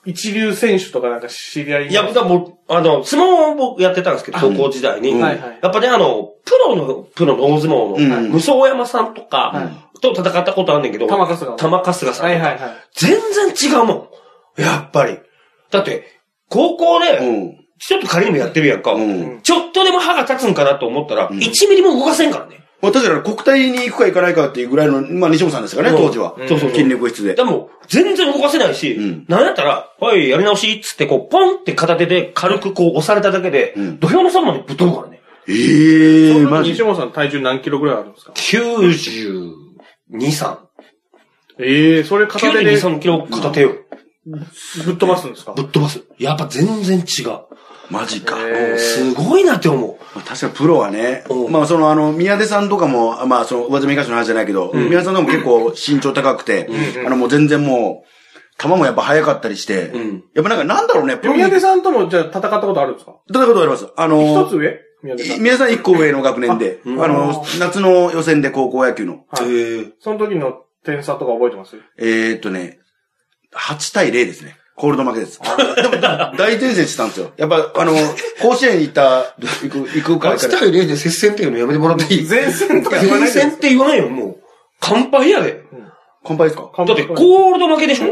Speaker 3: 一流選手とかなんか知り合い
Speaker 1: いや、だからもう、あの、相撲を僕やってたんですけど、高校時代に。
Speaker 2: うん
Speaker 3: はいはい
Speaker 1: やっぱね、あの、プロの、プロの大相撲
Speaker 2: う
Speaker 1: の、
Speaker 2: ん
Speaker 1: 無双山さんとか、と戦ったことあんねんけど、
Speaker 3: 玉春日
Speaker 1: 玉春日さん。
Speaker 3: はいはいはい。
Speaker 1: 全然違うもん。やっぱり。だって、高校
Speaker 2: う
Speaker 1: で、
Speaker 2: ん。
Speaker 1: ちょっと仮にもやってるやんか。
Speaker 2: うん。
Speaker 1: ちょっとでも歯が立つんかなと思ったら、1ミリも動かせんからね。
Speaker 2: まあ、確かに国体に行くか行かないかっていうぐらいの、まあ、西本さんですからね、
Speaker 1: うん
Speaker 2: 当時は
Speaker 1: うん。そうそうそう
Speaker 2: 筋力質で
Speaker 1: で。も、全然動かせないし、
Speaker 2: うん
Speaker 1: なんやったら、おい、やり直しっつって、こう、ポンって片手で軽くこう押されただけで、
Speaker 2: ん
Speaker 1: 土俵の外までぶっ飛ぶからね。
Speaker 2: ええ
Speaker 3: そ
Speaker 2: ー、
Speaker 3: の
Speaker 2: マジ
Speaker 3: 西。本さん体重何キロぐらいあるんですか
Speaker 1: 92、3。
Speaker 3: ええそれ片手で
Speaker 1: 92、3キロ片手を
Speaker 3: ぶっ飛ばすんですか
Speaker 1: ぶっ飛ばす。やっぱ全然違う。
Speaker 2: マジか。
Speaker 3: へー
Speaker 1: すごいなって思う。
Speaker 2: まあ確かにプロはね
Speaker 1: う、ん
Speaker 2: まあそのあの、宮出さんとかも、まあその、上積み東の話じゃないけど、宮出さんとかも結構身長高くて、あのもう全然もう、球もやっぱ速かったりして、
Speaker 1: ん
Speaker 2: やっぱなんかなんだろうね、プ
Speaker 3: で
Speaker 2: ロに
Speaker 3: 宮
Speaker 2: 戦
Speaker 3: 出さんともじゃあ戦ったことあるんですか
Speaker 2: ったことあります。あ
Speaker 3: 一
Speaker 2: の
Speaker 3: つ、上宮出さん。
Speaker 2: 宮出さん一個上の学年で、あの、夏の予選で高校野球の、
Speaker 3: はい
Speaker 1: へ
Speaker 3: その時の点差とか覚えてます
Speaker 2: えーっとね、8対0ですね。コールド負けです。でも、大転戦してたんですよ。やっぱ、あの、甲子園に行った、行く、行くから。
Speaker 1: 対0で接戦っていうのやめてもらっていい
Speaker 3: 前線とか言わな
Speaker 1: 前
Speaker 3: いで
Speaker 1: 線って言わないよ、もう。乾杯やで。
Speaker 2: 乾杯ですか
Speaker 1: だって、コールド負けでしょ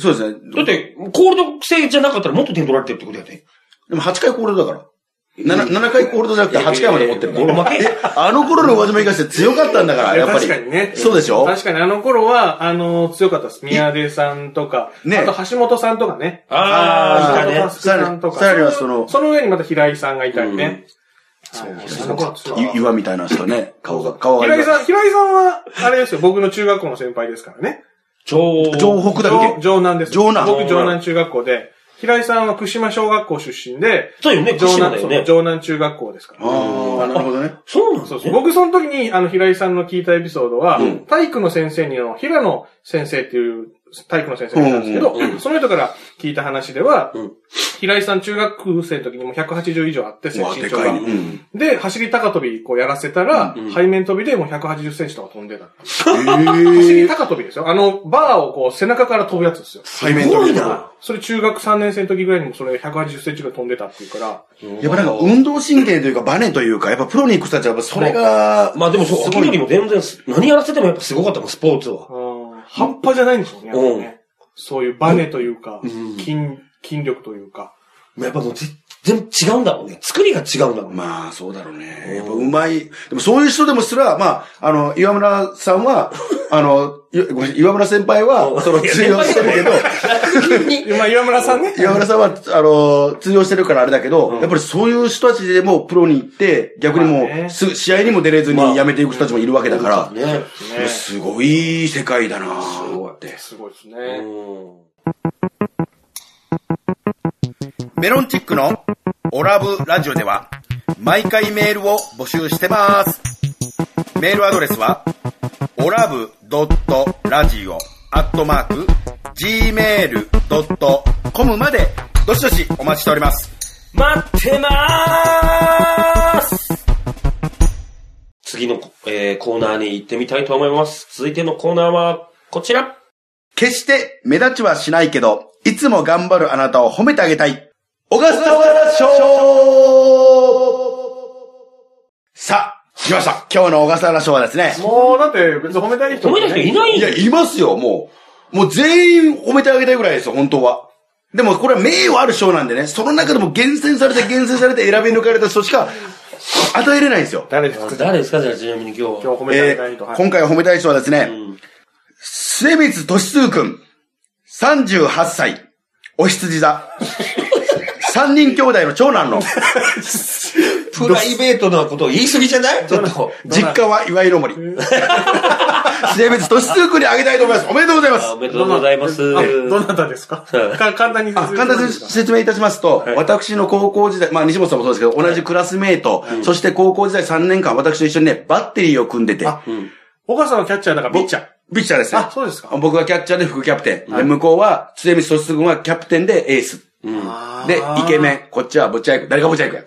Speaker 2: そうですね。
Speaker 1: だって、コールド制じゃなかったらもっと点取られてるってことやで。
Speaker 2: でも8回コールドだから。7, 7回コールドじゃなくて8回まで持ってるか
Speaker 1: いやいやいや俺
Speaker 2: ら。
Speaker 1: 負け。
Speaker 2: あの頃の上島東って強かったんだから、やっぱり。
Speaker 3: いや確かにね
Speaker 2: そうでしょ
Speaker 3: 確かにあの頃は、あの、強かったです。宮出さんとか、
Speaker 2: ね
Speaker 3: あと橋本さんとかね。
Speaker 1: あ
Speaker 2: ー
Speaker 1: ー、いたね。
Speaker 3: さんとか。
Speaker 2: さらにさらにはその
Speaker 3: その上にまた平井さんがいたりね。はいあの頃は強かった
Speaker 2: い岩みたいな人ね。顔が、顔が。
Speaker 3: 平井さん、平井さんは、あれですよ、僕の中学校の先輩ですからね。
Speaker 1: 超、
Speaker 2: 城北だっ
Speaker 3: 城
Speaker 2: け
Speaker 3: 城南です。
Speaker 2: 城南
Speaker 3: 僕、城南中学校で、平井さんは串間小学校出身で、
Speaker 1: そうよね、
Speaker 3: 城
Speaker 1: 福島だ
Speaker 3: 南、
Speaker 1: よ
Speaker 3: そう
Speaker 1: ね。
Speaker 3: 城南中学校ですから。
Speaker 2: ああ、なるほどね。
Speaker 1: そうなん
Speaker 3: そう
Speaker 1: です
Speaker 3: そ
Speaker 1: ね。
Speaker 3: う僕、その時に、あの、平井さんの聞いたエピソードは、
Speaker 2: うん
Speaker 3: 体育の先生にの、平野先生っていう、体育の先生がいたんですけど、
Speaker 1: うん
Speaker 3: その人から聞いた話では、
Speaker 1: うん
Speaker 3: 平井さん中学生の時にもう180以上あって、
Speaker 2: うわ、
Speaker 3: 身
Speaker 2: で
Speaker 3: 長
Speaker 2: かい
Speaker 3: が
Speaker 2: ね。。うん。
Speaker 3: で、走り高跳び、こうやらせたら、
Speaker 1: うん
Speaker 3: 背面跳びでもう180センチとか飛んでた。走
Speaker 2: え
Speaker 3: り
Speaker 2: え。
Speaker 3: 高跳びですよ。あの、バーをこう、背中から飛ぶやつですよ。
Speaker 2: 背面取り
Speaker 1: すごいな
Speaker 3: それ中学3年生の時ぐらいにもそれ180センチぐらい飛んでたっていうから、
Speaker 2: やっぱなんか運動神経というかバネというか、やっぱプロに行く人たちはやっぱそれが、
Speaker 1: まあでもそう、
Speaker 2: す
Speaker 1: 秋
Speaker 2: ご
Speaker 1: より
Speaker 2: い。
Speaker 1: も全然す、何やらせてもやっぱすごかったもん、スポーツは。
Speaker 3: 半端じゃないんでしょうね、やっぱね。そういうバネというか、
Speaker 1: ん
Speaker 3: 筋、筋力というか。
Speaker 1: やっぱもう全然違うんだもんね。作りが違うんだもんね。
Speaker 2: まあ、そうだろうね。やっぱうまい。でもそういう人でもすら、まあ、あの、岩村さん は、あの、いごめんなさい岩村先輩は、その通用してるけど、
Speaker 3: 今、岩村さんね。
Speaker 2: 岩村さんは、あの、通用してるからあれだけど、
Speaker 1: うん
Speaker 2: やっぱりそういう人たちでもプロに行って、逆にも
Speaker 3: まあね
Speaker 2: う、すぐ試合にも出れず
Speaker 1: まあ
Speaker 2: に辞めていく人たちもいるわけだから、
Speaker 1: ね。
Speaker 3: ね
Speaker 2: すごい世界だな
Speaker 1: す
Speaker 2: ぁ
Speaker 1: ごい
Speaker 2: って。
Speaker 3: すごいですね。
Speaker 1: うん
Speaker 2: メロンチックのオラブラジオでは毎回メールを募集してます。メールアドレスはオラブドットラジオアットマーク gmail.com までどしどしお待ちしております。
Speaker 1: 待ってまーす次の、えーコーナーに行ってみたいと思います。続いてのコーナーは、こちら
Speaker 2: 決して目立ちはしないけど、いつも頑張るあなたを褒めてあげたい。小笠原賞さあ、来ました。今日の小笠原賞はですね。
Speaker 3: もう、だって、別に褒めたい人
Speaker 1: 褒
Speaker 3: も
Speaker 1: め
Speaker 3: ね
Speaker 1: た人いない
Speaker 2: いや、いますよ、もう。もう全員褒めてあげたいぐらいですよ、本当は。でもこれは名誉ある賞なんでね、その中でも厳選されて厳選されて選び抜かれた人しか与えれないんですよ。
Speaker 3: 誰ですか
Speaker 1: 誰ですかじゃあちなみに今日
Speaker 3: 今
Speaker 1: は。
Speaker 3: 日褒めてあ
Speaker 2: え
Speaker 3: げたい人。
Speaker 2: ー
Speaker 3: はい
Speaker 2: 今回褒めたい人はですね、
Speaker 1: ん
Speaker 2: 末光俊嗣くん、38歳、お羊座。三人兄弟の長男の、
Speaker 1: プライベートなことを言い過ぎじゃないちょっと。
Speaker 2: 実家は岩井の森。末光俊嗣くんにあげたいと思います。おめでとうございます
Speaker 1: あ。おめでとうございます。
Speaker 3: あどなたですか
Speaker 1: うん
Speaker 3: か簡単に
Speaker 2: あ簡単に
Speaker 3: か
Speaker 2: 説明いたしますと、私の高校時代、まあ西本さんもそうですけど、同じクラスメイト、そして高校時代3年間私と一緒にね、バッテリーを組んでて、
Speaker 3: あ岡さんのキャッチャーだから、ピッチャー。
Speaker 2: ピッチャーですね。
Speaker 3: あそうですか
Speaker 2: 僕がキャッチャーで副キャプテン。で向こうは、津江光俊君はキャプテンでエース。で、イケメン。こっちはブチャイク。誰がブチャイクや。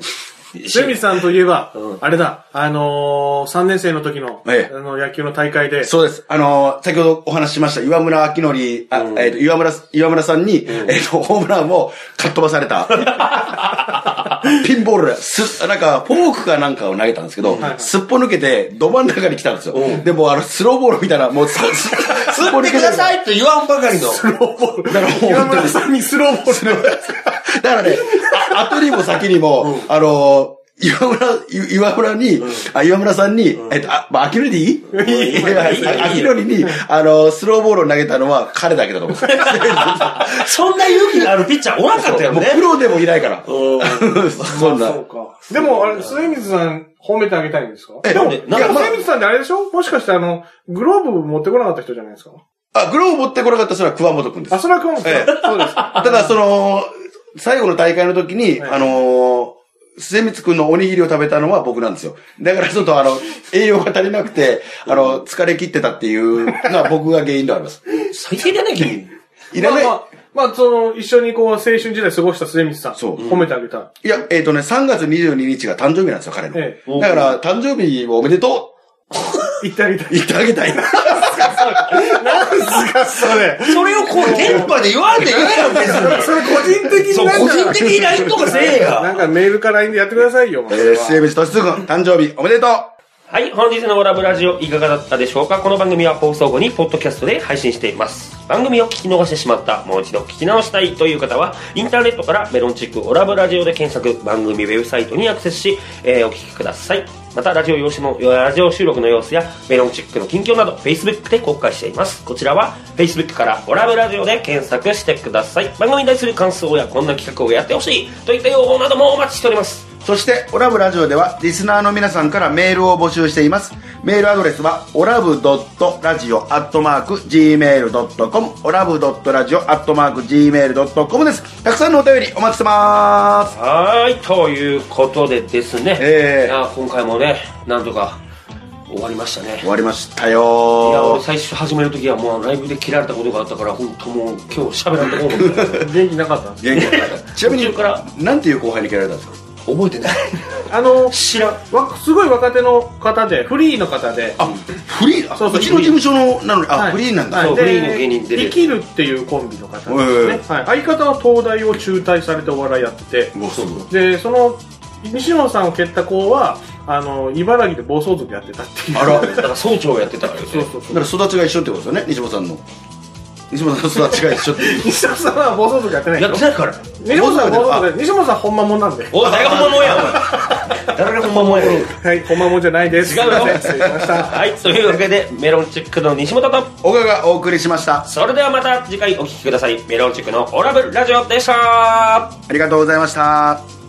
Speaker 3: セミさんといえば
Speaker 1: うん、
Speaker 3: あれだ、あのー、3年生の時の、あ
Speaker 2: ええ
Speaker 3: の、野球の大会で、
Speaker 2: そうです。あのー先ほどお話ししました、岩村明則、あ、えっ、と、岩村、岩村さんに、えっ、と、ホームランをかっ飛ばされた。 ピンボールです、なんか、フォークかなんかを投げたんですけど、
Speaker 3: はい
Speaker 2: すっぽ抜けて、ど真ん中に来たんですよ。で、もうあの、スローボールみたいな、もう す、すすっぽ抜けてる。
Speaker 1: いって言わんばかりの。
Speaker 3: スローボール。
Speaker 2: だからもう
Speaker 3: 岩
Speaker 2: 本当
Speaker 3: 村
Speaker 2: に
Speaker 3: さんにスローボール。
Speaker 2: だからね、あ後にも先にも、あのー岩村、い岩村に、あ岩村さんに、えっと、あ、まあ、秋のりでいい
Speaker 1: いい
Speaker 2: いや
Speaker 1: いいよ
Speaker 2: あ秋のりに、あのースローボールを投げたのは彼だけだと思う。
Speaker 1: そんな勇気のあるピッチャーおらんかったよ
Speaker 2: もう
Speaker 1: ね。
Speaker 2: プロでもいないから。
Speaker 1: うん
Speaker 2: そんな。
Speaker 3: そうか。でも、あれ、末水さん褒めてあげたいんですか
Speaker 2: え
Speaker 3: でも、
Speaker 1: なん
Speaker 3: い
Speaker 1: でなんで
Speaker 3: や、末水さんってあれでしょもしかしてあの、グローブ持ってこなかった人じゃないですか
Speaker 2: あ、グローブ持ってこなかった人は桑本くんです
Speaker 3: あ、。それは熊本さん。
Speaker 2: ええ
Speaker 3: そうですか。
Speaker 2: ただ、その、最後の大会の時に、
Speaker 3: はい
Speaker 2: あのー、末光くんのおにぎりを食べたのは僕なんですよ。だからちょっとあの、栄養が足りなくて、あの、疲れ切ってたっていうのは僕が原因ではあります。
Speaker 1: 最低だね、君。
Speaker 2: いらない。
Speaker 3: まあまあ、まあ、その、一緒にこう、青春時代過ごした末光さん。
Speaker 2: そう
Speaker 3: 褒めてあげたい。
Speaker 2: いや、えっ、とね、3月22日が誕生日なんですよ、彼の。
Speaker 3: え
Speaker 1: え
Speaker 2: だから、誕生日をおめでと。
Speaker 3: 言ってあげたいう
Speaker 2: 言ってあげたい。
Speaker 3: なんすか、それ。
Speaker 1: それをこう、電波で言わんでいいやん、別に。
Speaker 3: それ個人的
Speaker 1: そ
Speaker 3: に
Speaker 1: う、
Speaker 3: なん
Speaker 1: 個
Speaker 3: か
Speaker 1: 人的に LINE とかせえや。
Speaker 3: なんかメールか LINE でやってくださいよ。
Speaker 2: えー、末光俊嗣君、誕生日おめでとう
Speaker 1: はい、本日のオラブラジオいかがだったでしょうかこの番組は放送後にポッドキャストで配信しています。番組を聞き逃してしまった、もう一度聞き直したいという方は、インターネットからメロンチックオラブラジオで検索、番組ウェブサイトにアクセスし、えーお聞きください。また、ラジオ用紙の、ラジオ収録の様子や、メロンチックの近況など、Facebook で公開しています。こちらは、Facebook からオラブラジオで検索してください。番組に対する感想や、こんな企画をやってほしい、といった要望などもお待ちしております。
Speaker 2: そして、オラブラジオでは、リスナーの皆さんからメールを募集しています。メールアドレスは、オラブドットラジオアットマーク Gmail.com、オラブドットラジオアットマーク Gmail.com です。たくさんのお便りお待ちしてます。
Speaker 1: はーい、ということでですね、
Speaker 2: ええ
Speaker 1: いや今回もね、なんとか終わりましたね。
Speaker 2: 終わりました
Speaker 1: いや、
Speaker 2: よ
Speaker 1: 俺最初始める時はもうライブで切られたことがあったから、本当もう今日喋らんとこうみたいな。
Speaker 3: 元気なかったんです
Speaker 2: 元気だったちなみ
Speaker 1: 途
Speaker 2: に
Speaker 1: 中から、
Speaker 2: なんていう後輩に蹴られたんですか
Speaker 1: 覚えてない。
Speaker 3: あの、
Speaker 1: 知らん。
Speaker 3: わすごい若手の方で、フリーの方で、
Speaker 2: あ、フリーあ
Speaker 3: そうそう
Speaker 2: ちの事務所の、なのに、あ、
Speaker 3: はい
Speaker 2: フリーなんだ。
Speaker 3: はい
Speaker 1: そう
Speaker 3: で
Speaker 1: フリーの芸人で
Speaker 3: 生きるっていうコンビの方ですね、
Speaker 2: へ
Speaker 3: はい、相方は東大を中退されてお笑いやってて
Speaker 2: うわすごい
Speaker 3: でその西野さんを蹴った子はあの茨城で暴走族やってたっていう
Speaker 2: あら
Speaker 1: だから総長をやってたからね。
Speaker 3: そうそう
Speaker 2: だ
Speaker 3: そ
Speaker 2: か
Speaker 3: う
Speaker 2: ら育ちが一緒ってことですよね、西本さんの。西本さんとは違いちょっと
Speaker 3: 西本さんは暴走族やってない
Speaker 1: や
Speaker 3: よ
Speaker 1: ってないから。
Speaker 3: 西本さんは暴走族で西本さん本間もんなんで
Speaker 1: お誰が本間もんや、お前。誰が本間もんや。
Speaker 3: はい本間もんじゃないです
Speaker 1: 違うよ
Speaker 3: すいません失礼しました
Speaker 1: はい、というわけで、メロンチックの西本と、
Speaker 2: 小川がお送りしました
Speaker 1: それではまた次回お聞きください。メロンチックのオラブラジオでした
Speaker 2: ありがとうございました